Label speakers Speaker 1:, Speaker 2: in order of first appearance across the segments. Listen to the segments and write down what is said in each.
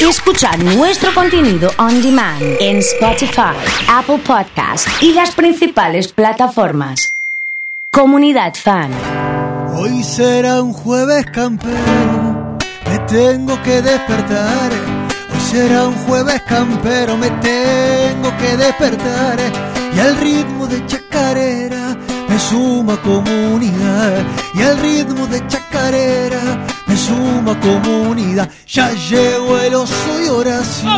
Speaker 1: y escuchar nuestro contenido on demand en Spotify, Apple Podcast y las principales plataformas. Comunidad Fan.
Speaker 2: Hoy será un jueves campero, me tengo que despertar. Hoy será un jueves campero, me tengo que despertar. Y al ritmo de chacarera me suma comunidad. Y al ritmo de chacarera me suma comunidad. Ya llegó el oso y Horacio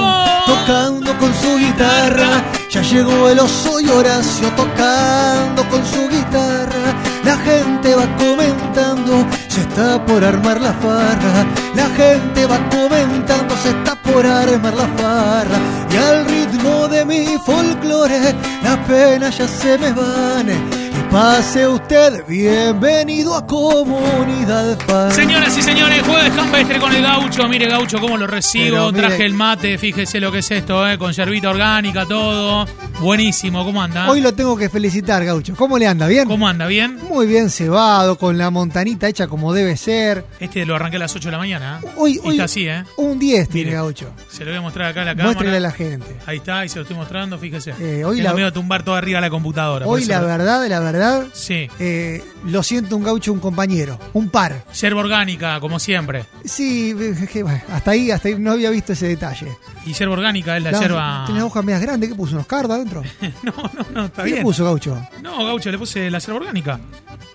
Speaker 2: tocando con su guitarra. Ya llegó el oso y Horacio tocando con su guitarra. La gente va comentando, se está por armar la farra. La gente va comentando, se está por armar la farra. Y al ritmo de mi folclore, las penas ya se me van. Y pase usted, bienvenido a Comunidad Fan.
Speaker 3: Señoras y señores, jueves campestre con el gaucho. Mire, gaucho, cómo lo recibo.
Speaker 2: Pero mire-
Speaker 3: Traje el mate, fíjese lo que es esto, ¿eh? Con yerbita orgánica, todo. Buenísimo, ¿cómo anda?
Speaker 2: Hoy lo tengo que felicitar, Gaucho. ¿Cómo le anda? ¿Bien?
Speaker 3: ¿Cómo anda? ¿Bien?
Speaker 2: Muy bien cebado, con la montanita hecha como debe ser.
Speaker 3: Este lo arranqué a las 8 de la mañana. ¿eh?
Speaker 2: Hoy,
Speaker 3: Y
Speaker 2: hoy
Speaker 3: está así, ¿eh?
Speaker 2: un 10 tiene
Speaker 3: Mire,
Speaker 2: Gaucho.
Speaker 3: Se lo voy a mostrar acá a la cámara.
Speaker 2: Muéstrele a la gente.
Speaker 3: Ahí está, y se lo estoy mostrando, fíjese.
Speaker 2: Eh, hoy
Speaker 3: Tengo
Speaker 2: la-
Speaker 3: miedo a tumbar todo arriba la computadora. por
Speaker 2: Hoy
Speaker 3: eso
Speaker 2: la
Speaker 3: lo-
Speaker 2: verdad, la verdad,
Speaker 3: Sí.
Speaker 2: eh, lo siento un Gaucho, un compañero, un par.
Speaker 3: Yerba orgánica, como siempre.
Speaker 2: Sí, es que, bueno, hasta ahí, hasta ahí no había visto ese detalle.
Speaker 3: Y yerba orgánica es la,
Speaker 2: La-
Speaker 3: yerba.
Speaker 2: Tiene hojas medias grandes, ¿qué puso? ¿Unos cardos adentro?
Speaker 3: no, no, no, está
Speaker 2: ¿Qué le
Speaker 3: bien.
Speaker 2: puso Gaucho?
Speaker 3: No, gaucho, le puse la yerba orgánica.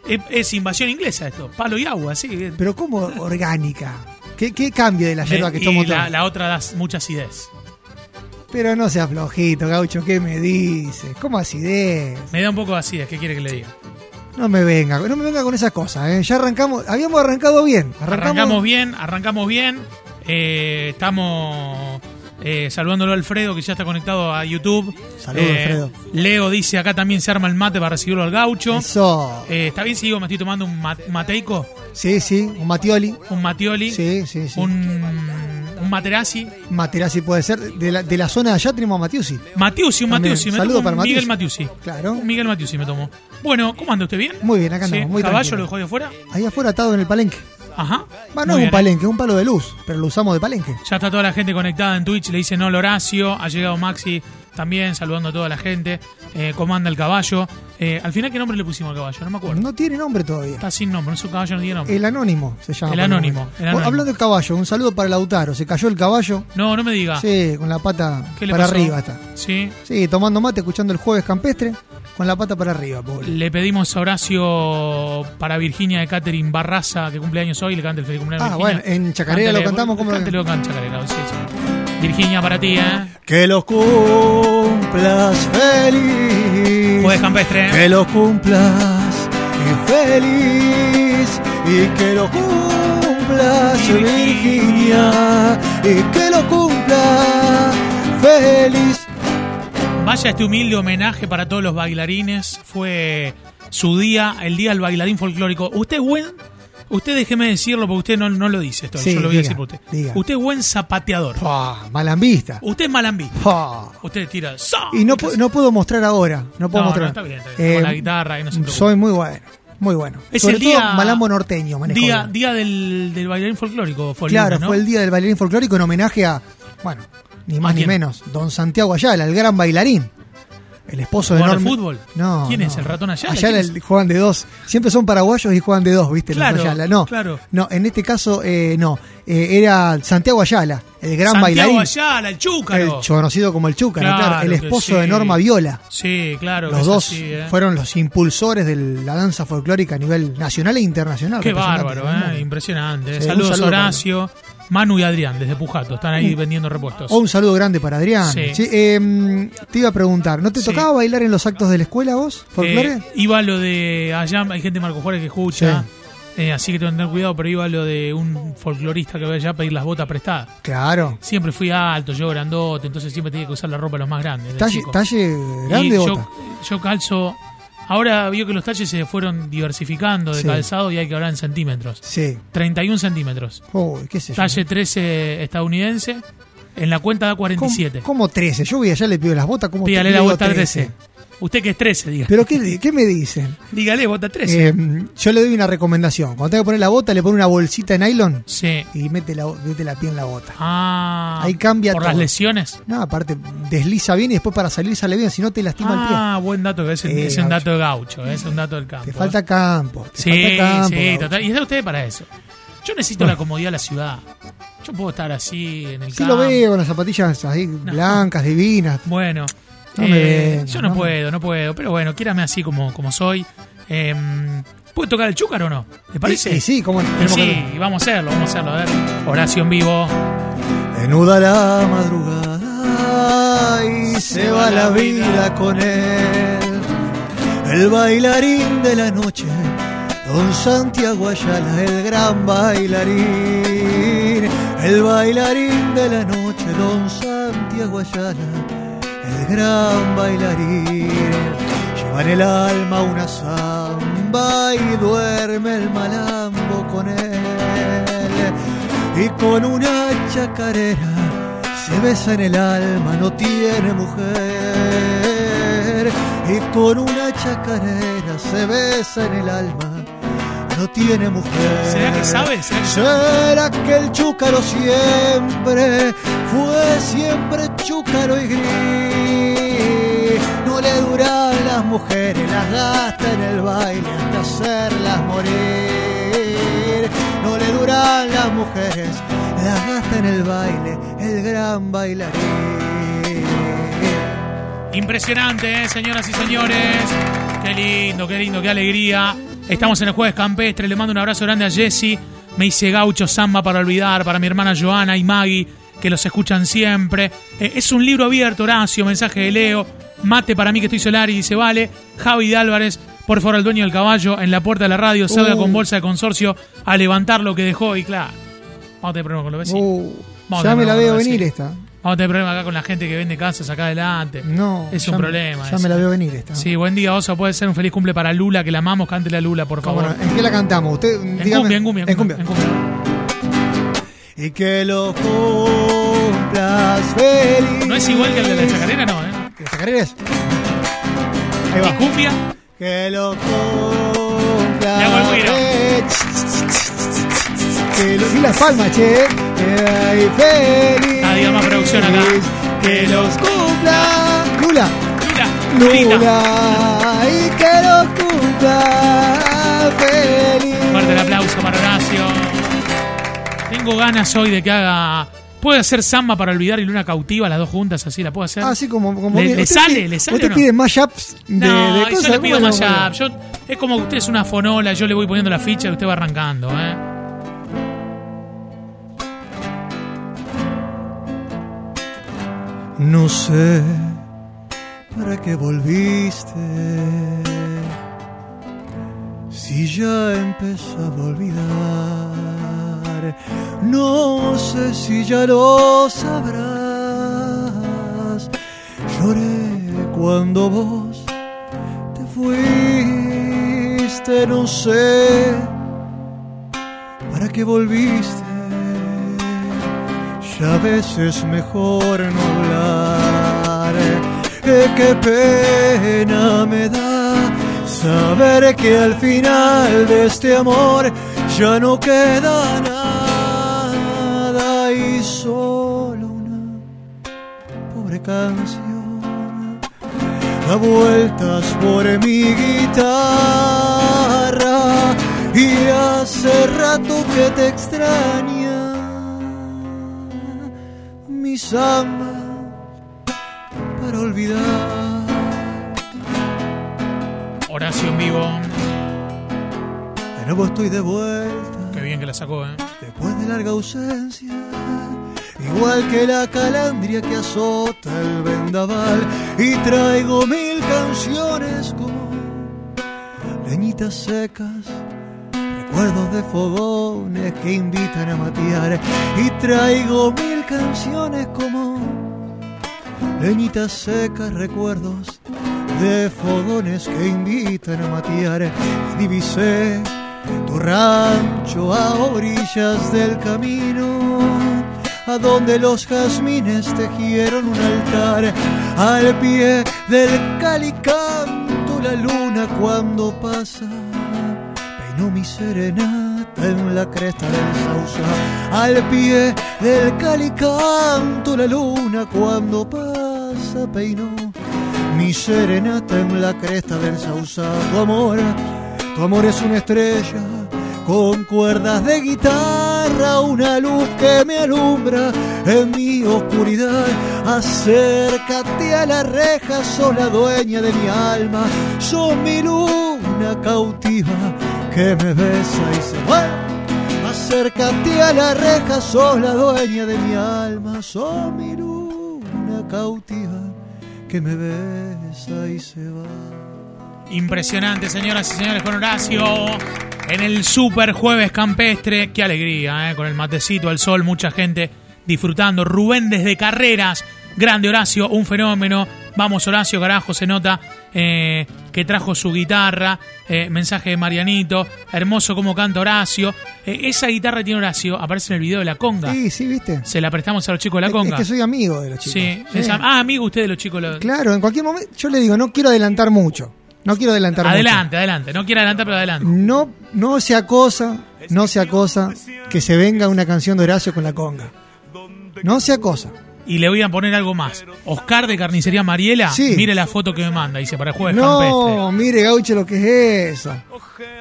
Speaker 3: Es, es invasión inglesa esto. Palo y agua, sí. bien.
Speaker 2: Pero ¿cómo orgánica? ¿Qué, qué cambia de la
Speaker 3: Me-
Speaker 2: yerba que
Speaker 3: y
Speaker 2: tomo
Speaker 3: la,
Speaker 2: todo?
Speaker 3: la otra da mucha acidez.
Speaker 2: Pero no sea flojito, Gaucho, ¿qué me dices? ¿Cómo acidez?
Speaker 3: Me da un poco de acidez, ¿qué quiere que le diga?
Speaker 2: No me venga, no me venga con esas cosas, ¿eh? Ya arrancamos, habíamos arrancado bien. Arrancamos,
Speaker 3: Arrancamos bien, arrancamos bien. Eh, estamos eh, saludándolo a Alfredo, que ya está conectado a YouTube. Eh,
Speaker 2: Saludos, Alfredo.
Speaker 3: Leo dice, acá también se arma el mate para recibirlo al gaucho.
Speaker 2: Eso.
Speaker 3: Eh, ¿Está bien si digo, me estoy tomando un ma- mateico?
Speaker 2: Sí, sí, un Matioli.
Speaker 3: ¿Un matioli?
Speaker 2: Sí, sí, sí.
Speaker 3: ¿Un, un materazzi?
Speaker 2: Materazzi puede ser. De la, de la zona de allá tenemos a Matiusi.
Speaker 3: Matiusi, un
Speaker 2: También.
Speaker 3: Matiusi. me
Speaker 2: Saludo
Speaker 3: tomo un
Speaker 2: para Matiusi.
Speaker 3: Miguel Matiusi.
Speaker 2: Claro.
Speaker 3: Un Miguel Matiusi me tomó. Bueno, ¿cómo anda usted bien?
Speaker 2: Muy bien, acá
Speaker 3: Sí,
Speaker 2: andamos, muy
Speaker 3: ¿Caballo
Speaker 2: tranquilo.
Speaker 3: lo dejó de afuera?
Speaker 2: Ahí afuera atado en el palenque.
Speaker 3: Ajá.
Speaker 2: Va, no
Speaker 3: Muy
Speaker 2: es
Speaker 3: bien,
Speaker 2: un
Speaker 3: ¿eh?
Speaker 2: palenque, es un palo de luz, pero lo usamos de palenque.
Speaker 3: Ya está toda la gente conectada en Twitch, le dice no Horacio, ha llegado Maxi también saludando a toda la gente, eh, comanda el caballo. Eh, al final, ¿qué nombre le pusimos al caballo? No me acuerdo.
Speaker 2: No tiene nombre todavía.
Speaker 3: Está sin nombre, no es un caballo, no tiene nombre.
Speaker 2: El anónimo se llama.
Speaker 3: El
Speaker 2: por
Speaker 3: anónimo,
Speaker 2: momento.
Speaker 3: el anónimo.
Speaker 2: Hablando de caballo, un saludo para Lautaro. Se cayó el caballo.
Speaker 3: No, no me diga.
Speaker 2: Sí, con la pata
Speaker 3: Ah. ¿Qué le
Speaker 2: para
Speaker 3: pasó?
Speaker 2: arriba está.
Speaker 3: Sí,
Speaker 2: Sí, tomando mate, escuchando el jueves campestre, con la pata para arriba, pobre.
Speaker 3: le pedimos a Horacio para Virginia de Catherine Barraza, que cumple años hoy, le cante el feliz cumpleaños. a
Speaker 2: Ah,
Speaker 3: Virginia.
Speaker 2: bueno, en Chacarera
Speaker 3: Cántale,
Speaker 2: lo cantamos, ¿cómo lo-
Speaker 3: cántelo acá en Chacarera, sí, sí. Virginia, para ti, ¿eh?
Speaker 2: Que los cumplas feliz.
Speaker 3: Jueves campestre.
Speaker 2: Que
Speaker 3: ¿eh?
Speaker 2: lo cumplas y feliz y que lo cumplas Virginia y que lo cumplas feliz.
Speaker 3: Vaya este humilde homenaje para todos los bailarines. Fue su día, el día del bailarín folclórico. Usted es buen, usted déjeme decirlo porque usted no, no lo dice esto.
Speaker 2: Sí,
Speaker 3: yo lo voy
Speaker 2: diga,
Speaker 3: a decir por usted.
Speaker 2: diga.
Speaker 3: Usted es buen zapateador.
Speaker 2: Pua, malambista.
Speaker 3: Usted es malambí.
Speaker 2: Pua.
Speaker 3: Usted tira. ¡sa!
Speaker 2: Y no, pu- no puedo mostrar ahora, no puedo
Speaker 3: No,
Speaker 2: mostrar. Eh,
Speaker 3: no, está bien, está bien. Con la guitarra, ahí no se preocupe.
Speaker 2: Soy muy bueno, muy bueno.
Speaker 3: Es
Speaker 2: Sobre
Speaker 3: el
Speaker 2: todo
Speaker 3: día-
Speaker 2: malambo norteño, manejo
Speaker 3: Día,
Speaker 2: bien.
Speaker 3: día del, del bailarín folclórico fue el
Speaker 2: Claro,
Speaker 3: lunes, ¿no?
Speaker 2: fue el día del bailarín folclórico en homenaje a, bueno, ni más ni
Speaker 3: quién?
Speaker 2: menos, don Santiago Ayala, el gran bailarín. El esposo de
Speaker 3: ¿Jugador
Speaker 2: Norma.
Speaker 3: de fútbol?
Speaker 2: No.
Speaker 3: ¿Quién
Speaker 2: no.
Speaker 3: es? ¿El ratón Ayala?
Speaker 2: Ayala
Speaker 3: ¿Quién
Speaker 2: el- juegan de dos. Siempre son paraguayos y juegan de dos, ¿viste? los
Speaker 3: Claro,
Speaker 2: Ayala. No,
Speaker 3: claro.
Speaker 2: no, en este caso, eh, no. Eh, era Santiago Ayala, el gran
Speaker 3: Santiago
Speaker 2: bailarín.
Speaker 3: Ayala, el Chúcaro.
Speaker 2: El conocido como el Chúcaro, claro, el
Speaker 3: que
Speaker 2: esposo de
Speaker 3: sí.
Speaker 2: Norma Viola.
Speaker 3: Sí, claro. que
Speaker 2: Los
Speaker 3: es
Speaker 2: dos
Speaker 3: así, ¿eh?
Speaker 2: fueron los impulsores de la danza folclórica a nivel nacional e internacional.
Speaker 3: Qué
Speaker 2: representantes
Speaker 3: bárbaro,
Speaker 2: del mundo.
Speaker 3: ¿eh? impresionante.
Speaker 2: Sí,
Speaker 3: Saludos
Speaker 2: un saludo
Speaker 3: Horacio, Manu y Adrián desde Pujato, están ahí vendiendo repuestos.
Speaker 2: O Oh, un saludo grande para Adrián.
Speaker 3: Sí.
Speaker 2: Sí, em, te iba a preguntar, ¿no te
Speaker 3: Sí.
Speaker 2: tocaba bailar en los actos de la escuela vos? ¿Folclore?
Speaker 3: Eh, iba lo de allá, hay gente de Marco Juárez que escucha, eh, así que tengo que tener cuidado, pero iba lo de un folclorista que va allá a pedir las botas prestadas.
Speaker 2: claro.
Speaker 3: Siempre fui alto, yo grandote, entonces siempre tenía que usar la ropa de los más grandes. de
Speaker 2: Talle,
Speaker 3: chico.
Speaker 2: talle
Speaker 3: Y
Speaker 2: grande o
Speaker 3: yo, yo calzo, ahora vio que los talles se fueron diversificando de
Speaker 2: Sí.
Speaker 3: calzado y hay que hablar en centímetros.
Speaker 2: Sí.
Speaker 3: 31 centímetros.
Speaker 2: Uy, qué sé yo.
Speaker 3: Talle 13 estadounidense, en la cuenta da
Speaker 2: ¿Cómo,
Speaker 3: 47.
Speaker 2: cómo 13? Yo voy allá le pido las botas, ¿cómo
Speaker 3: Pídale
Speaker 2: te
Speaker 3: la
Speaker 2: pido
Speaker 3: vuelta al 13. Usted que es 13, diga.
Speaker 2: ¿Pero qué, qué me dicen?
Speaker 3: Dígale, bota 13.
Speaker 2: Eh, yo le doy una recomendación. Cuando tenga que poner la bota, le pone una bolsita de nylon
Speaker 3: sí.
Speaker 2: y mete la, mete la pie en la bota.
Speaker 3: Ah.
Speaker 2: Ahí cambia
Speaker 3: Por
Speaker 2: todo.
Speaker 3: las lesiones.
Speaker 2: No, aparte, desliza bien y después para salir sale bien, si no te lastima el pie.
Speaker 3: Ah, buen dato. que Es,
Speaker 2: Eh,
Speaker 3: es un
Speaker 2: gaucho.
Speaker 3: dato de gaucho. Es un dato del campo.
Speaker 2: Te
Speaker 3: ¿eh?
Speaker 2: falta campo. Te
Speaker 3: Sí,
Speaker 2: falta campo.
Speaker 3: sí,
Speaker 2: Gaucho.
Speaker 3: total. Y está usted para eso. Yo necesito
Speaker 2: Bueno.
Speaker 3: la comodidad de la ciudad. Yo puedo estar así en el
Speaker 2: Sí
Speaker 3: campo.
Speaker 2: lo veo, las zapatillas ahí blancas, divinas.
Speaker 3: Bueno,
Speaker 2: No me
Speaker 3: eh,
Speaker 2: vengas,
Speaker 3: yo no,
Speaker 2: no me-
Speaker 3: puedo, no puedo. Pero bueno, quírame así como, como soy. Eh, ¿Puedo tocar el chúcar o no? ¿Le parece?
Speaker 2: Y, y sí, como
Speaker 3: Y
Speaker 2: tenemos
Speaker 3: sí,
Speaker 2: que-
Speaker 3: y vamos a hacerlo, vamos a hacerlo. A ver, Horacio en vivo.
Speaker 2: Menuda la madrugada y se va la vida con él. El bailarín de la noche, don Santiago Ayala, el gran bailarín. El bailarín de la noche, don Santiago Ayala, el gran bailarín. Lleva en el alma una samba y duerme el malambo con él. Y con una chacarera se besa en el alma, no tiene mujer. Y con una chacarera se besa en el alma, no tiene mujer.
Speaker 3: ¿Será que sabe? ¿Será que
Speaker 2: ¿Será que el chúcaro siempre fue siempre chúcaro y gris? No le duran las mujeres, las gasta en el baile hasta hacerlas morir. No le duran las mujeres, las gasta en el baile el gran bailarín.
Speaker 3: Impresionante, ¿eh? señoras y señores. Qué lindo, qué lindo, qué alegría. Estamos en el jueves campestre. Le mando un abrazo grande a Jesse. Me hice gaucho samba para olvidar, para mi hermana Joana y Maggie, que los escuchan siempre. Eh, es un libro abierto, Horacio, mensaje de Leo. Mate para mí que estoy solar y dice, vale. Javi de Álvarez, por favor, el dueño del caballo, en la puerta de la radio, salga
Speaker 2: Uh.
Speaker 3: con bolsa de consorcio a levantar lo que dejó. Y claro, vamos a tener problemas con los vecinos.
Speaker 2: Uh,
Speaker 3: Vamos
Speaker 2: ya
Speaker 3: de
Speaker 2: me la
Speaker 3: nuevo,
Speaker 2: veo
Speaker 3: ahora sí.
Speaker 2: venir esta.
Speaker 3: Vamos a tener problemas acá con la gente que vende casas acá adelante.
Speaker 2: No.
Speaker 3: Es
Speaker 2: ya
Speaker 3: un
Speaker 2: me-
Speaker 3: problema
Speaker 2: Ya
Speaker 3: ese.
Speaker 2: me la veo venir esta.
Speaker 3: Sí, buen día, Oso. Puede ser un feliz cumple para Lula, que la amamos. Cántele a Lula, por
Speaker 2: ¿Cómo
Speaker 3: favor.
Speaker 2: no? ¿En qué la cantamos? Usted,
Speaker 3: En
Speaker 2: dígame.
Speaker 3: cumbia, en cumbia, en cumbia. en cumbia.
Speaker 2: y que lo cumplas feliz.
Speaker 3: No es igual que el de la chacarera, no, ¿eh?
Speaker 2: ¿Que la chacarera es? Ahí
Speaker 3: Y
Speaker 2: va.
Speaker 3: cumbia,
Speaker 2: Que lo cumplas
Speaker 3: Le hago el güiro.
Speaker 2: feliz. Que lo... Y las palmas, che. eh. Que hay feliz.
Speaker 3: Nadie más producción acá.
Speaker 2: Que los cumpla. Lula.
Speaker 3: Lula, Lulita.
Speaker 2: Lula. Y que lo cumpla feliz.
Speaker 3: Fuerte el aplauso para Horacio. Tengo ganas hoy de que haga. ¿Puede hacer Samba para olvidar y Luna cautiva las dos juntas? Así la puedo hacer.
Speaker 2: Así Ah, como, como
Speaker 3: ¿Le-
Speaker 2: bien.
Speaker 3: le
Speaker 2: Usted
Speaker 3: sale?
Speaker 2: pide-
Speaker 3: ¿Le sale
Speaker 2: Usted
Speaker 3: o no?
Speaker 2: pide mashups de,
Speaker 3: no,
Speaker 2: de
Speaker 3: y
Speaker 2: cosas.
Speaker 3: yo le pido
Speaker 2: ¿Cómo
Speaker 3: más
Speaker 2: no?
Speaker 3: allá. Yo, es como que usted es una fonola, yo le voy poniendo la ficha y usted va arrancando, ¿eh?
Speaker 2: No sé para qué volviste. Si ya empezaba a olvidar, no sé si ya lo sabrás. Lloré cuando vos te fuiste, no sé para qué volviste. Ya a veces es mejor no hablar. Eh, qué pena me da saber que al final de este amor ya no queda nada y solo una pobre canción a vueltas por mi guitarra y hace rato que te extraña mi samba para olvidar.
Speaker 3: Horacio en vivo.
Speaker 2: De nuevo estoy de vuelta
Speaker 3: Qué bien que la sacó, ¿eh?
Speaker 2: después de larga ausencia. Igual que la calandria que azota el vendaval y traigo mil canciones como leñitas secas, recuerdos de fogones que invitan a matear y traigo mil canciones como leñitas secas, recuerdos de fogones que invitan a matear. Divisé tu rancho a orillas del camino. a donde los jazmines tejieron un altar al pie del calicanto la luna cuando pasa peinó mi serenata en la cresta del sausa al pie del calicanto la luna cuando pasa peinó mi serenata en la cresta del sausa tu amor tu amor es una estrella con cuerdas de guitarra, una luz que me alumbra en mi oscuridad. Acércate a la reja, sola dueña de mi alma, sos mi luna cautiva que me besa y se va. Acércate a la reja, sos la dueña de mi alma, sos mi luna cautiva que me besa y se va.
Speaker 3: Impresionante, señoras y señores, con Horacio en el super jueves campestre. Qué alegría, ¿eh? con el matecito, el sol, mucha gente disfrutando. Rubén desde Carreras, grande Horacio, un fenómeno. Vamos, Horacio, carajo, se nota eh, que trajo su guitarra. Eh, mensaje de Marianito, hermoso como canta Horacio. Eh, esa guitarra tiene Horacio, aparece en el video de la conga.
Speaker 4: Sí, sí, viste.
Speaker 3: Se la prestamos a los chicos de la
Speaker 4: Es-
Speaker 3: conga.
Speaker 4: Es que soy amigo de los chicos.
Speaker 3: Sí, esa- ah, amigo, usted de los chicos. lo-
Speaker 4: Claro, en cualquier momento. Yo le digo, no quiero adelantar mucho. No quiero adelantar
Speaker 3: Adelante, adelante. No quiere adelantar, pero adelante.
Speaker 4: mucho. No, no sea cosa, no sea cosa que se venga una canción de Horacio con la conga. No sea cosa.
Speaker 3: Y le voy a poner algo más. Oscar de Carnicería Mariela,
Speaker 4: Sí.
Speaker 3: mire la foto que me manda. Dice, para el jueves
Speaker 4: No, mire, Gaucho, lo que es eso.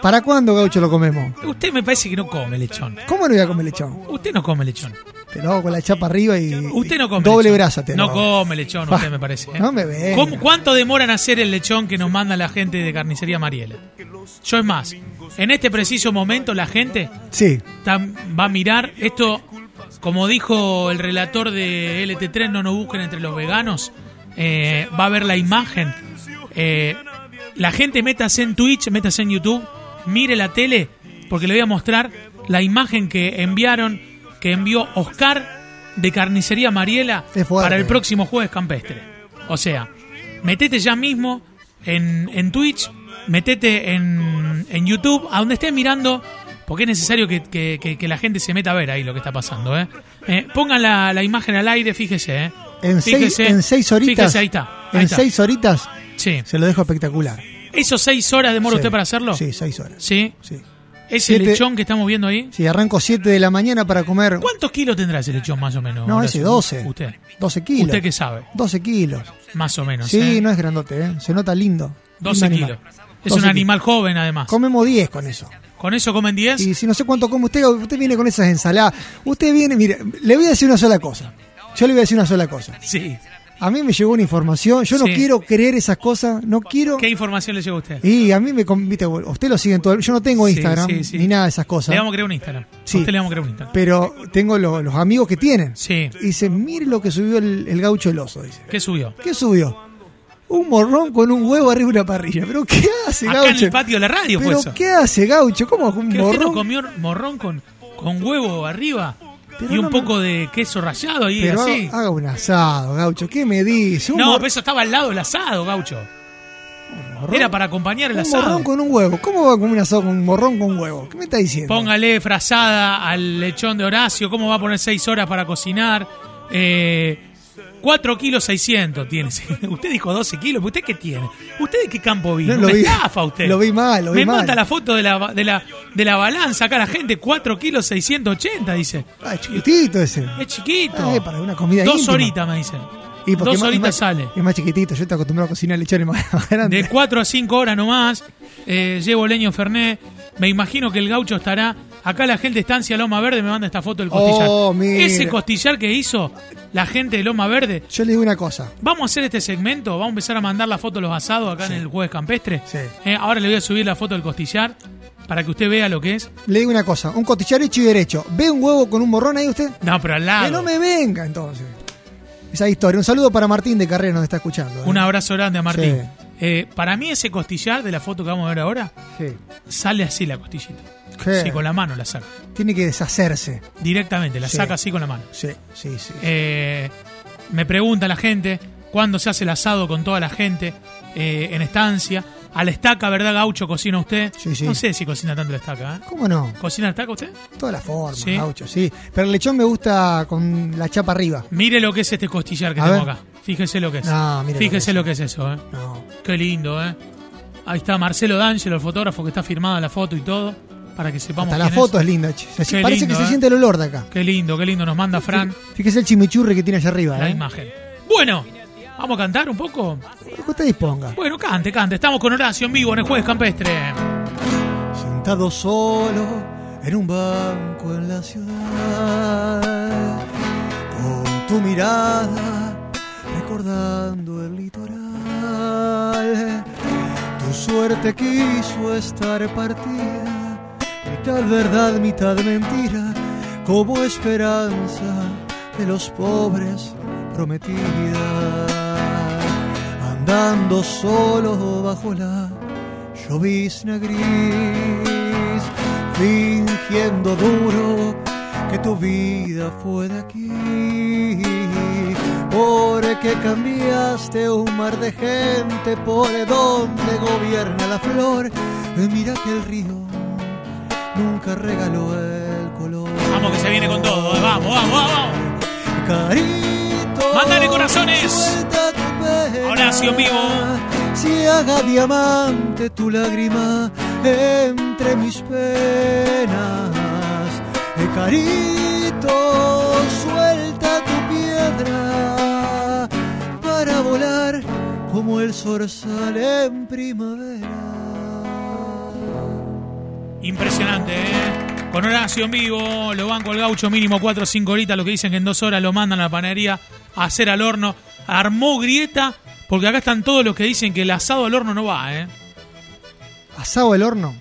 Speaker 4: ¿Para cuándo, Gaucho, lo comemos?
Speaker 3: campestre. Usted me parece que no come lechón.
Speaker 4: ¿Cómo no voy a comer lechón?
Speaker 3: Usted no come lechón.
Speaker 4: Te lo hago con la chapa arriba y.
Speaker 3: Usted no come
Speaker 4: Doble
Speaker 3: lechón.
Speaker 4: brasa te lo
Speaker 3: No
Speaker 4: hago.
Speaker 3: come lechón, usted
Speaker 4: Ah,
Speaker 3: me parece. ¿eh?
Speaker 4: no me venga.
Speaker 3: ¿Cómo- ¿Cuánto demora en hacer el lechón que nos manda la gente de Carnicería Mariela? Yo es más, en este preciso momento la gente
Speaker 4: Sí.
Speaker 3: está- va a mirar esto, como dijo el relator de LT3, no nos busquen entre los veganos, eh, va a ver la imagen. Eh, la gente métase en Twitch, métase en YouTube, mire la tele, porque le voy a mostrar la imagen que enviaron, que envió Oscar de Carnicería Mariela
Speaker 4: Es fuerte. eh.
Speaker 3: para el próximo jueves campestre. O sea, metete ya mismo en, en Twitch, metete en, en YouTube, a donde estés mirando, porque es necesario que, que- que- que la gente se meta a ver ahí lo que está pasando. ¿eh? Eh, pongan la, la imagen al aire, fíjese. ¿eh?
Speaker 4: En, seis,
Speaker 3: Fíjese,
Speaker 4: en seis horitas.
Speaker 3: Fíjese, ahí está. ahí
Speaker 4: en
Speaker 3: está.
Speaker 4: seis horitas
Speaker 3: Sí.
Speaker 4: se lo dejo espectacular.
Speaker 3: ¿Esos seis horas demora
Speaker 4: Sí.
Speaker 3: usted para hacerlo?
Speaker 4: Sí, seis horas.
Speaker 3: ¿Sí?
Speaker 4: Sí.
Speaker 3: ¿Ese
Speaker 4: Siete-
Speaker 3: lechón que estamos viendo ahí?
Speaker 4: Sí, arranco 7 de la mañana para comer.
Speaker 3: ¿Cuántos kilos tendrá ese lechón más o menos?
Speaker 4: No,
Speaker 3: Horacio?
Speaker 4: ese 12.
Speaker 3: Usted,
Speaker 4: 12 kilos.
Speaker 3: ¿Usted qué sabe?
Speaker 4: 12 kilos.
Speaker 3: más o menos.
Speaker 4: sí,
Speaker 3: ¿eh?
Speaker 4: no es grandote, ¿eh? Se nota lindo.
Speaker 3: 12
Speaker 4: Lindo
Speaker 3: kilos.
Speaker 4: animal.
Speaker 3: Es
Speaker 4: 12
Speaker 3: un
Speaker 4: kilos.
Speaker 3: animal joven, además.
Speaker 4: Comemos 10 con eso.
Speaker 3: ¿Con eso comen 10?
Speaker 4: Y si no sé cuánto come usted, usted viene con esas ensaladas. Usted viene, mire, le voy a decir una sola cosa. Yo le voy a decir una sola cosa.
Speaker 3: Sí.
Speaker 4: A mí me llegó una información, yo no
Speaker 3: Sí.
Speaker 4: quiero creer esas cosas, no quiero...
Speaker 3: ¿Qué información le llegó a usted?
Speaker 4: Y a mí me... con- viste, usted lo sigue en todo... el- Yo no tengo
Speaker 3: Sí,
Speaker 4: Instagram
Speaker 3: sí, sí.
Speaker 4: ni nada de esas cosas.
Speaker 3: Le vamos a crear un Instagram.
Speaker 4: Sí.
Speaker 3: A usted le vamos a crear un Instagram.
Speaker 4: Pero tengo lo- los amigos que tienen.
Speaker 3: Sí.
Speaker 4: Y dice, mire lo que subió el, el gaucho el oso, dice.
Speaker 3: ¿Qué subió?
Speaker 4: ¿Qué subió? Un morrón con un huevo arriba de una parrilla. ¿Pero qué hace,
Speaker 3: Acá en
Speaker 4: gaucho?
Speaker 3: el patio de la radio fue
Speaker 4: ¿Pero
Speaker 3: eso.
Speaker 4: qué hace, gaucho? ¿Cómo un
Speaker 3: ¿Que usted no
Speaker 4: morrón?
Speaker 3: comió morrón con, con huevo arriba?
Speaker 4: Pero
Speaker 3: y un
Speaker 4: no me-
Speaker 3: poco de queso rallado ahí,
Speaker 4: Pero
Speaker 3: así.
Speaker 4: haga, haga un asado, gaucho. ¿Qué me dice? Un
Speaker 3: no,
Speaker 4: mor-
Speaker 3: pero eso estaba al lado del asado, gaucho.
Speaker 4: morrón-
Speaker 3: Era para acompañar el
Speaker 4: un
Speaker 3: asado.
Speaker 4: morrón con un huevo. ¿Cómo va a comer un asado con un morrón con huevo? ¿Qué me está diciendo?
Speaker 3: Póngale frazada al lechón de Horacio. ¿Cómo va a poner 6 horas para cocinar? Eh, 4 kilos 600 tiene. Usted dijo 12 kilos. ¿Usted qué tiene? ¿Usted de qué campo vino?
Speaker 4: No, lo
Speaker 3: Una
Speaker 4: vi-
Speaker 3: estafa usted.
Speaker 4: lo vi mal, lo vi
Speaker 3: Me
Speaker 4: mal.
Speaker 3: manda la foto de la, de la, de la balanza acá la gente. 4 kilos 680, dice.
Speaker 4: Ah, es chiquitito ese.
Speaker 3: Es chiquito.
Speaker 4: Ah, para una comida
Speaker 3: Dos
Speaker 4: íntima.
Speaker 3: horitas, me dicen.
Speaker 4: Y porque
Speaker 3: Dos
Speaker 4: es más-
Speaker 3: horitas
Speaker 4: es más-
Speaker 3: sale.
Speaker 4: Es más chiquitito. Yo estoy acostumbrado a cocinar lechones más, más grandes.
Speaker 3: De 4 a 5 horas nomás. eh, llevo leño Fernet. Me imagino que el gaucho estará. Acá la gente de Estancia Loma Verde me manda esta foto del costillar.
Speaker 4: Oh, mire.
Speaker 3: Ese costillar que hizo la gente de Loma Verde.
Speaker 4: Yo le digo una cosa.
Speaker 3: Vamos a hacer este segmento. Vamos a empezar a mandar la foto de los asados acá en el jueves campestre.
Speaker 4: Sí.
Speaker 3: Eh, ahora le voy a subir la foto del costillar para que usted vea lo que es.
Speaker 4: Le digo una cosa. Un costillar hecho y derecho. ¿Ve un huevo con un morrón ahí usted?
Speaker 3: No, pero al lado.
Speaker 4: Que no me venga entonces. Esa historia. Un saludo para Martín de Carrera, nos está escuchando. ¿eh?
Speaker 3: Un abrazo grande a Martín.
Speaker 4: Sí.
Speaker 3: Eh, para mí, ese costillar de la foto que vamos a ver ahora
Speaker 4: Sí.
Speaker 3: sale así la costillita.
Speaker 4: Sí.
Speaker 3: Sí, con la mano la saca.
Speaker 4: Tiene que deshacerse.
Speaker 3: Directamente, la
Speaker 4: Sí.
Speaker 3: saca así con la mano.
Speaker 4: Sí, sí, sí.
Speaker 3: Eh, me pregunta la gente cuándo se hace el asado con toda la gente eh, en estancia. A la estaca, ¿verdad, Gaucho? ¿Cocina usted?
Speaker 4: Sí, sí.
Speaker 3: No sé si cocina tanto la estaca, ¿eh?
Speaker 4: ¿Cómo no?
Speaker 3: ¿Cocina la estaca usted?
Speaker 4: Todas las formas,
Speaker 3: Sí.
Speaker 4: gaucho, sí. Pero el lechón me gusta con la chapa arriba.
Speaker 3: Mire lo que es este costillar que
Speaker 4: A
Speaker 3: tengo
Speaker 4: ver.
Speaker 3: acá. Fíjese lo que es.
Speaker 4: No, mire lo
Speaker 3: Fíjese
Speaker 4: que es.
Speaker 3: lo que es eso, ¿eh?
Speaker 4: No.
Speaker 3: Qué lindo, ¿eh? Ahí está Marcelo D'Angelo, el fotógrafo, que está firmada la foto y todo, para que sepamos
Speaker 4: Hasta la
Speaker 3: quién es.
Speaker 4: foto es linda. che. Se-
Speaker 3: Qué
Speaker 4: parece
Speaker 3: lindo,
Speaker 4: que
Speaker 3: eh.
Speaker 4: se siente el olor de acá.
Speaker 3: Qué lindo, qué lindo. Nos manda Fran
Speaker 4: Fíjese el chimichurri que tiene allá arriba.
Speaker 3: la
Speaker 4: eh.
Speaker 3: imagen. Bueno, ¿vamos a cantar un poco?
Speaker 4: Lo que usted disponga.
Speaker 3: Bueno, cante, cante. Estamos con Horacio en vivo en el Jueves Campestre.
Speaker 2: sentado solo en un banco en la ciudad, con tu mirada recordando el litoral. Tu suerte quiso estar partida, mitad verdad, mitad mentira, como esperanza de los pobres prometida. Andando solo bajo la llovizna gris, fingiendo duro que tu vida fue de aquí. Porque cambiaste un mar de gente por donde gobierna la flor. Mira que el río nunca regaló el color.
Speaker 3: Vamos que se viene con todo. ¿eh? Vamos, vamos, vamos.
Speaker 2: Carito.
Speaker 3: Mándale corazones.
Speaker 2: suelta tu pena.
Speaker 3: Horacio en vivo.
Speaker 2: Si haga diamante tu lágrima entre mis penas. Eh, Carito, suelta tu piedra para volar como el zorzal en primavera.
Speaker 3: Impresionante, ¿eh? Con Horacio en vivo, lo banco al gaucho mínimo 4 o 5 horitas, lo que dicen que en dos horas lo mandan a la panadería a hacer al horno. Armó grieta, porque acá están todos los que dicen que el asado al horno no va, ¿eh?
Speaker 4: Asado al horno.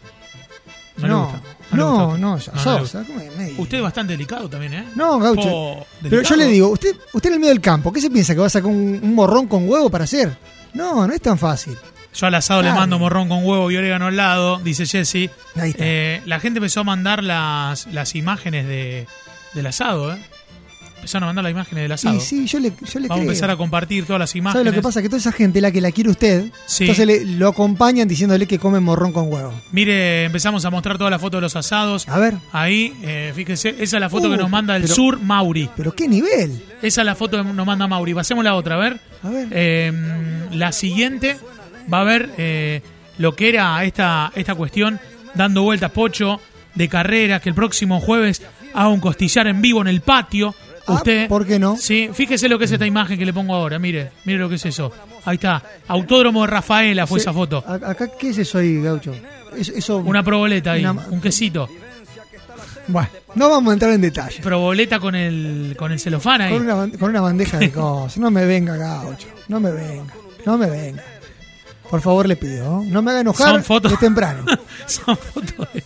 Speaker 3: No le gusta, no le
Speaker 4: no, no,
Speaker 3: gusta. No, no
Speaker 4: asado.
Speaker 3: le
Speaker 4: ¿sabes cómo es? Medio.
Speaker 3: Usted es bastante delicado también, ¿eh?
Speaker 4: No, gaucho.
Speaker 3: Po,
Speaker 4: Pero yo
Speaker 3: delicado.
Speaker 4: le digo, usted, usted en el medio del campo, ¿qué se piensa que va a sacar un, un morrón con huevo para hacer? No, no es tan fácil.
Speaker 3: Yo al asado le
Speaker 4: Claro.
Speaker 3: mando morrón con huevo y orégano al lado, dice Jesse.
Speaker 4: Ahí está.
Speaker 3: Eh, la gente empezó a mandar las, las imágenes de, del asado, ¿eh? Empezaron a mandar las imágenes del
Speaker 4: Sí,
Speaker 3: asado.
Speaker 4: sí, yo le, yo le
Speaker 3: Vamos a
Speaker 4: creo.
Speaker 3: empezar a compartir todas las imágenes.
Speaker 4: ¿Sabe lo que pasa? Que toda esa gente, la que la quiere usted,
Speaker 3: Sí.
Speaker 4: entonces le- lo acompañan diciéndole que come morrón con huevo.
Speaker 3: Mire, empezamos a mostrar todas las fotos de los asados.
Speaker 4: A ver,
Speaker 3: Ahí, eh, fíjense, esa es la foto
Speaker 4: Uh,
Speaker 3: que nos manda del
Speaker 4: pero-
Speaker 3: sur, Mauri.
Speaker 4: pero qué nivel.
Speaker 3: Esa es la foto que nos manda Mauri. Pasemos la otra, a ver.
Speaker 4: A ver.
Speaker 3: Eh, la siguiente va a ver eh, lo que era esta, esta cuestión, dando vueltas pocho de carreras, que el próximo jueves haga un costillar en vivo en el patio.
Speaker 4: Ah,
Speaker 3: Usted,
Speaker 4: ¿por qué no?
Speaker 3: Sí, fíjese lo que es esta imagen que le pongo ahora, mire, mire lo que es eso. Ahí está, Autódromo de Rafaela fue
Speaker 4: Sí,
Speaker 3: esa foto.
Speaker 4: a- acá, ¿qué es eso ahí, gaucho? Eso, eso-
Speaker 3: Una proboleta ahí,
Speaker 4: Una-
Speaker 3: un quesito.
Speaker 4: Bueno, no vamos a entrar en detalle.
Speaker 3: Proboleta con el, con el celofán ahí.
Speaker 4: Con una, ban- con una bandeja de cosas. No me venga, gaucho. No me venga. No me venga. Por favor, le pido. No, No me haga enojar.
Speaker 3: Son fotos.
Speaker 4: Es temprano.
Speaker 3: son fotos de,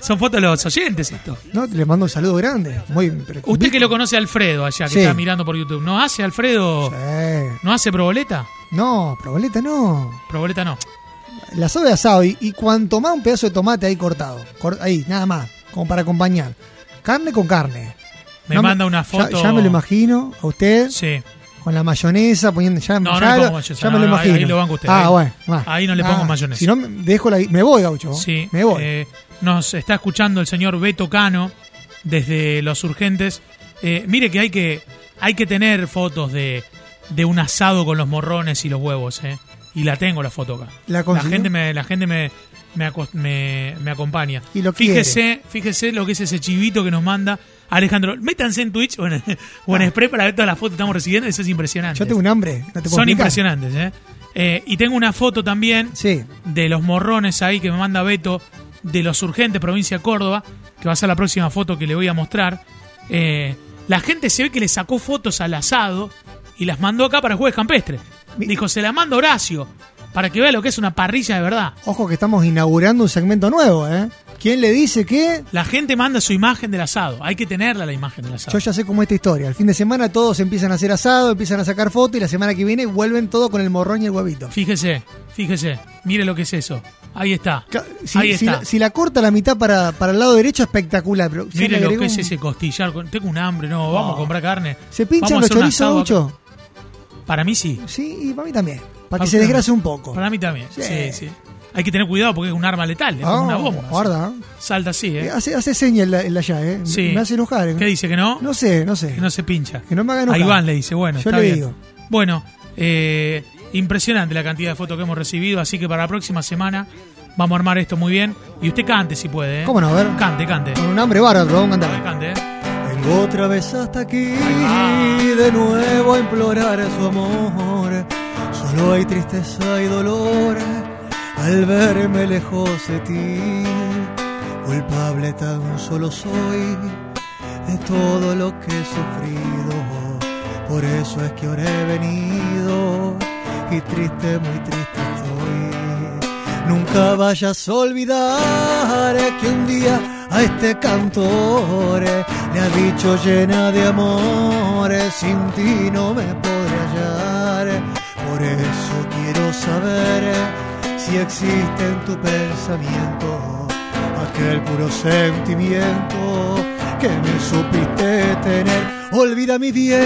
Speaker 3: son fotos de los oyentes esto.
Speaker 4: No, le mando un saludo grande. Muy, pero-
Speaker 3: Usted que lo conoce a Alfredo allá, que
Speaker 4: Sí.
Speaker 3: está mirando por YouTube. ¿No hace Alfredo?
Speaker 4: Sí.
Speaker 3: ¿No hace proboleta?
Speaker 4: No, proboleta no.
Speaker 3: Proboleta no.
Speaker 4: La asado de asado y, y cuanto más un pedazo de tomate ahí cortado. Cor- ahí, nada más. Como para acompañar. Carne con carne.
Speaker 3: Me
Speaker 4: No
Speaker 3: manda una
Speaker 4: ya-
Speaker 3: foto.
Speaker 4: Ya, me lo imagino a usted
Speaker 3: Sí.
Speaker 4: con la mayonesa poniendo. Ya,
Speaker 3: No,
Speaker 4: ya
Speaker 3: no le
Speaker 4: lo-
Speaker 3: pongo mayonesa,
Speaker 4: ya
Speaker 3: no,
Speaker 4: me lo
Speaker 3: no, ahí-
Speaker 4: imagino.
Speaker 3: ahí lo banco usted,
Speaker 4: Ah,
Speaker 3: ahí-
Speaker 4: bueno. va. Ah,
Speaker 3: ahí no le pongo mayonesa.
Speaker 4: Si no, me- dejo la, me voy, gaucho.
Speaker 3: Sí.
Speaker 4: Me voy.
Speaker 3: Eh, nos está escuchando el señor Beto Cano desde Los Urgentes. Eh, mire que hay que hay que tener fotos de, de un asado con los morrones y los huevos, ¿eh? Y la tengo la foto acá.
Speaker 4: ¿La
Speaker 3: la
Speaker 4: consiguió?
Speaker 3: gente me la gente me me, aco- me- me acompaña.
Speaker 4: Y lo quiere.
Speaker 3: fíjese, fíjese lo que es ese chivito que nos manda Alejandro. Métanse en Twitch o en, o en Spray para ver todas las fotos que estamos recibiendo, eso es impresionante.
Speaker 4: Ah. Yo tengo un hambre. No te puedo
Speaker 3: Son
Speaker 4: explicar.
Speaker 3: impresionantes, ¿eh? Eh, Y tengo una foto también
Speaker 4: Sí.
Speaker 3: de los morrones ahí que me manda Beto de los urgentes, provincia de Córdoba, que va a ser la próxima foto que le voy a mostrar. Eh, la gente se ve que le sacó fotos al asado y las mandó acá para el jueves campestre.
Speaker 4: Mi-
Speaker 3: Dijo, se la manda Horacio para que vea lo que es una parrilla de verdad.
Speaker 4: Ojo que estamos inaugurando un segmento nuevo, ¿eh? ¿Quién le dice que
Speaker 3: La gente manda su imagen del asado. Hay que tenerla la imagen del asado.
Speaker 4: Yo ya sé cómo es esta historia. El fin de semana todos empiezan a hacer asado, empiezan a sacar fotos y la semana que viene vuelven todo con el morrón y el huevito.
Speaker 3: Fíjese, fíjese. Mire lo que es eso. Ahí está.
Speaker 4: Ca- Si,
Speaker 3: Ahí
Speaker 4: si
Speaker 3: está.
Speaker 4: la, si la corta la mitad para, para el lado derecho, espectacular. Pero si le
Speaker 3: Mire lo
Speaker 4: agrega
Speaker 3: que es
Speaker 4: un- Oh.
Speaker 3: ese costillar. con- Tengo un hambre, no. Vamos a comprar carne.
Speaker 4: ¿Se
Speaker 3: Vamos
Speaker 4: pinchan
Speaker 3: a
Speaker 4: los
Speaker 3: hacer un
Speaker 4: chorizos,
Speaker 3: asado acá.
Speaker 4: Gaucho?
Speaker 3: Para mí sí.
Speaker 4: Sí, y para mí también. Para
Speaker 3: Para
Speaker 4: que se
Speaker 3: usted
Speaker 4: desgrase un poco.
Speaker 3: Para mí también. Sí, sí.
Speaker 4: Sí.
Speaker 3: Hay que tener cuidado porque es un arma letal, es como
Speaker 4: Ah,
Speaker 3: una bomba.
Speaker 4: Guarda.
Speaker 3: Salta así, ¿eh?
Speaker 4: Hace, hace seña el, el allá, ¿eh?
Speaker 3: Sí.
Speaker 4: Me hace enojar. ¿eh?
Speaker 3: ¿Qué dice? ¿Que no?
Speaker 4: No sé, no sé.
Speaker 3: Que no se pincha.
Speaker 4: Que no me haga enojar.
Speaker 3: A Iván le dice, bueno,
Speaker 4: Yo
Speaker 3: está
Speaker 4: le
Speaker 3: bien.
Speaker 4: digo.
Speaker 3: Bueno, eh, impresionante la cantidad de fotos que hemos recibido, así que para la próxima semana vamos a armar esto muy bien. Y usted cante si puede, ¿eh?
Speaker 4: ¿Cómo no? A ver.
Speaker 3: Cante, cante.
Speaker 4: Con un hambre bárbaro, vamos a cantar.
Speaker 3: Cante, ¿eh?
Speaker 2: Vengo otra vez hasta aquí
Speaker 3: va.
Speaker 2: de nuevo a implorar su amor. Solo hay tristeza y dolor al verme lejos de ti. Culpable tan solo soy de todo lo que he sufrido. Por eso es que ahora he venido y triste, muy triste estoy. Nunca vayas a olvidar que un día a este cantor le ha dicho llena de amores, sin ti no me podré hallar. Por eso quiero saber si existe en tu pensamiento aquel puro sentimiento que me supiste tener. Olvida mi bien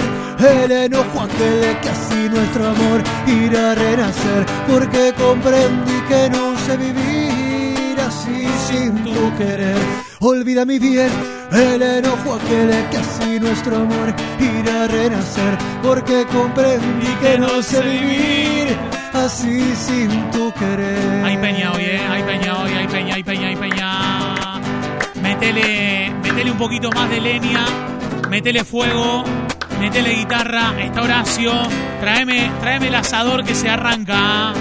Speaker 2: el enojo aquel que así nuestro amor irá a renacer, porque comprendí que no sé vivir así sin tu querer. Olvida mi bien el enojo aquel que así nuestro amor irá a renacer, porque comprendí que no sé vivir así sin tu querer.
Speaker 3: Hay peña hoy, ¿eh? Hay peña hoy, hay peña, hay peña, hay peña. Metele, metele un poquito más de leña, metele fuego, metele guitarra. Está Horacio, tráeme, tráeme el asador que se arranca.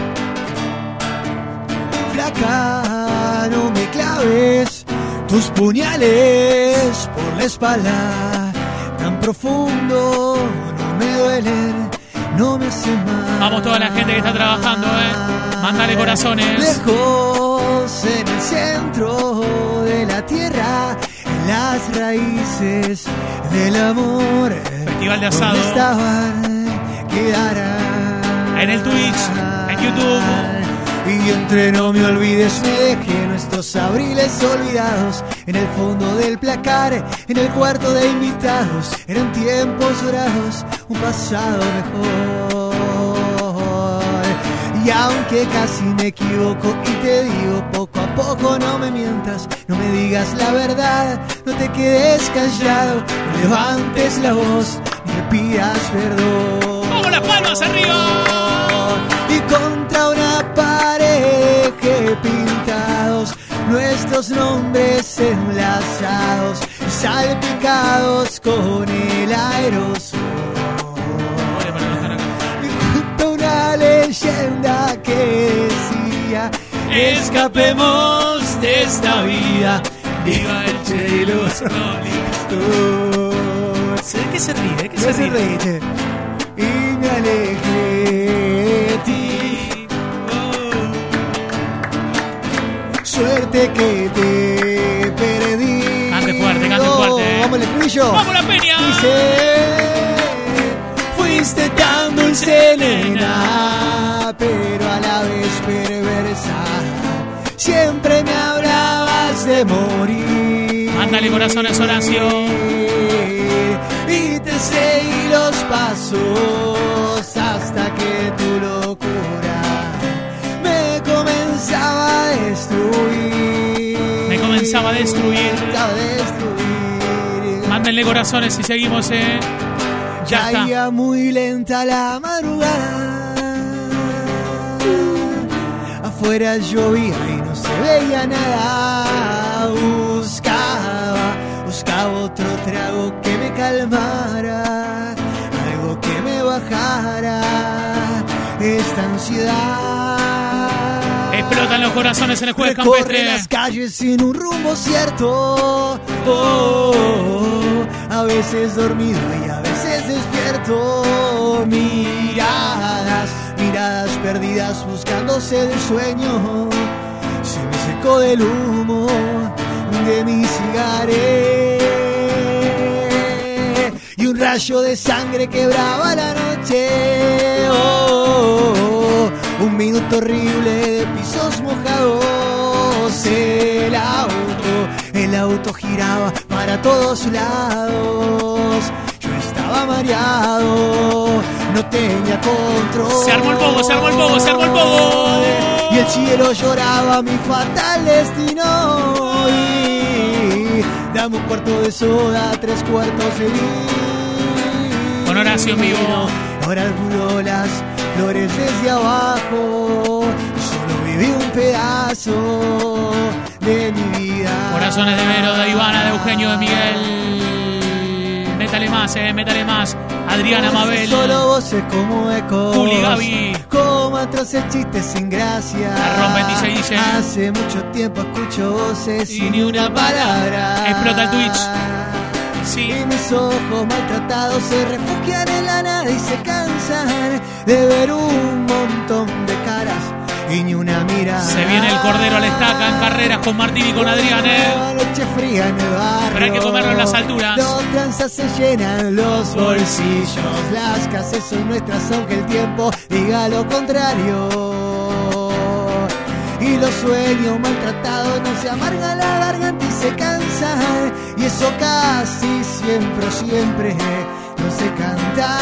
Speaker 2: Flaca, no me claves tus puñales por la espalda. Tan profundo, no me duelen, no me hace mal.
Speaker 3: Vamos toda la gente que está trabajando, eh. Mandale corazones.
Speaker 2: Lejos, en el centro de la tierra, en las raíces del amor.
Speaker 3: Festival de asado.
Speaker 2: Donde estaban, quedarán.
Speaker 3: En el Twitch, en YouTube.
Speaker 2: Y entre no me olvides, me dejé nuestros abriles olvidados En el fondo del placar, en el cuarto de invitados Eran tiempos dorados, un pasado mejor Y aunque casi me equivoco y te digo poco a poco No me mientas, no me digas la verdad No te quedes callado, no levantes la voz ni me pidas perdón
Speaker 3: ¡Vamos las palmas arriba!
Speaker 2: y contra una pared que pintados nuestros nombres enlazados y salpicados con el aerosol
Speaker 3: Vale, para no estar acá.
Speaker 2: junto a una leyenda que decía escapemos de esta vida
Speaker 3: Viva el Che y los Rolling. ¿De qué se ríe? ¿De qué se
Speaker 2: se
Speaker 3: ríe?
Speaker 2: reíste y me alejé de ti.
Speaker 3: Uh.
Speaker 2: Suerte que te perdí.
Speaker 3: Cante fuerte, cante fuerte.
Speaker 2: Vamos el estribillo.
Speaker 3: ¡Vamos la peña!
Speaker 2: Dice, fuiste tan dulce nena, pero a la vez perversa. Siempre me hablabas de morir.
Speaker 3: Mándale corazones, Horacio.
Speaker 2: Y te seguí los pasos hasta que tu locura me comenzaba a destruir.
Speaker 3: Me comenzaba a destruir.
Speaker 2: Comenzaba a destruir.
Speaker 3: Mándenle corazones y seguimos, eh. Ya está.
Speaker 2: Caía muy lenta la madrugada. Afuera llovía y no se veía nada. Buscaba, buscaba otro trago que me calmara, algo que me bajara esta ansiedad.
Speaker 3: Explotan los corazones en el jueves
Speaker 2: Recorre
Speaker 3: campestre.
Speaker 2: las calles sin un rumbo cierto. Oh, oh, oh. A veces dormido y a veces despierto. Miradas, miradas perdidas buscándose del sueño. Se me secó del humo de mi cigaré. Y un rayo de sangre quebraba la noche. Oh, oh, oh. Un minuto horrible de pisos mojados. El auto, el auto giraba para todos lados. Yo estaba mareado, no tenía control.
Speaker 3: Se armó el pogo, se armó el pogo, se armó el pogo.
Speaker 2: y el cielo lloraba mi fatal destino. Y dame un cuarto de soda, tres cuartos de vino.
Speaker 3: Con Horacio en vivo.
Speaker 2: Ahora alguno las flores desde abajo. Solo viví un pedazo de mi vida.
Speaker 3: Corazones de Vero, de Ivana, de Eugenio, de Miguel. Métale más, eh, métale más. Adriana Mabel.
Speaker 2: Solo voces como eco.
Speaker 3: Juli, Gaby.
Speaker 2: Como atrás el chiste sin gracia.
Speaker 3: La Ron 26 dice.
Speaker 2: Hace mucho tiempo escucho voces
Speaker 3: Y
Speaker 2: sin
Speaker 3: ni
Speaker 2: ni
Speaker 3: una
Speaker 2: una palabra.
Speaker 3: Explota el Twitch. Sí.
Speaker 2: Y mis ojos maltratados se refugian en la nada y se cansan de ver un montón de caras y ni una mirada.
Speaker 3: Se viene el Cordero a la estaca en carreras con Martín y con Adrián, eh.
Speaker 2: Una Leche fría en el barrio.
Speaker 3: Pero hay que comerlo en las alturas.
Speaker 2: Los tranzas se llenan los bolsillos. Las casas son nuestras, aunque el tiempo diga lo contrario. Y los sueños maltratados no se amargan la garganta y se cansan. Y eso casi siempre, siempre no se canta.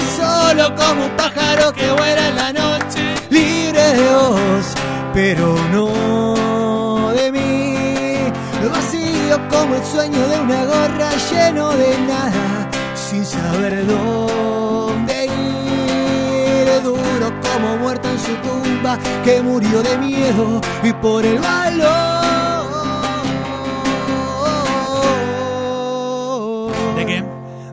Speaker 2: Y solo como un pájaro que vuela en la noche libre de vos, pero no de mí. Vacío como el sueño de una gorra lleno de nada, sin saber dónde ir. Duro como muerto en su tumba, que murió de miedo y por el valor.
Speaker 3: ¿De qué?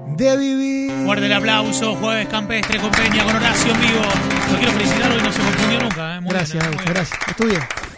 Speaker 2: De vivir.
Speaker 3: Fuerte el aplauso, jueves campestre con Peña, con Horacio en vivo. Lo quiero felicitar hoy, no se confundió nunca. eh. Muy
Speaker 4: Gracias,
Speaker 3: bien, eh, muy
Speaker 4: Augusto,
Speaker 3: bien.
Speaker 4: gracias. Estudia.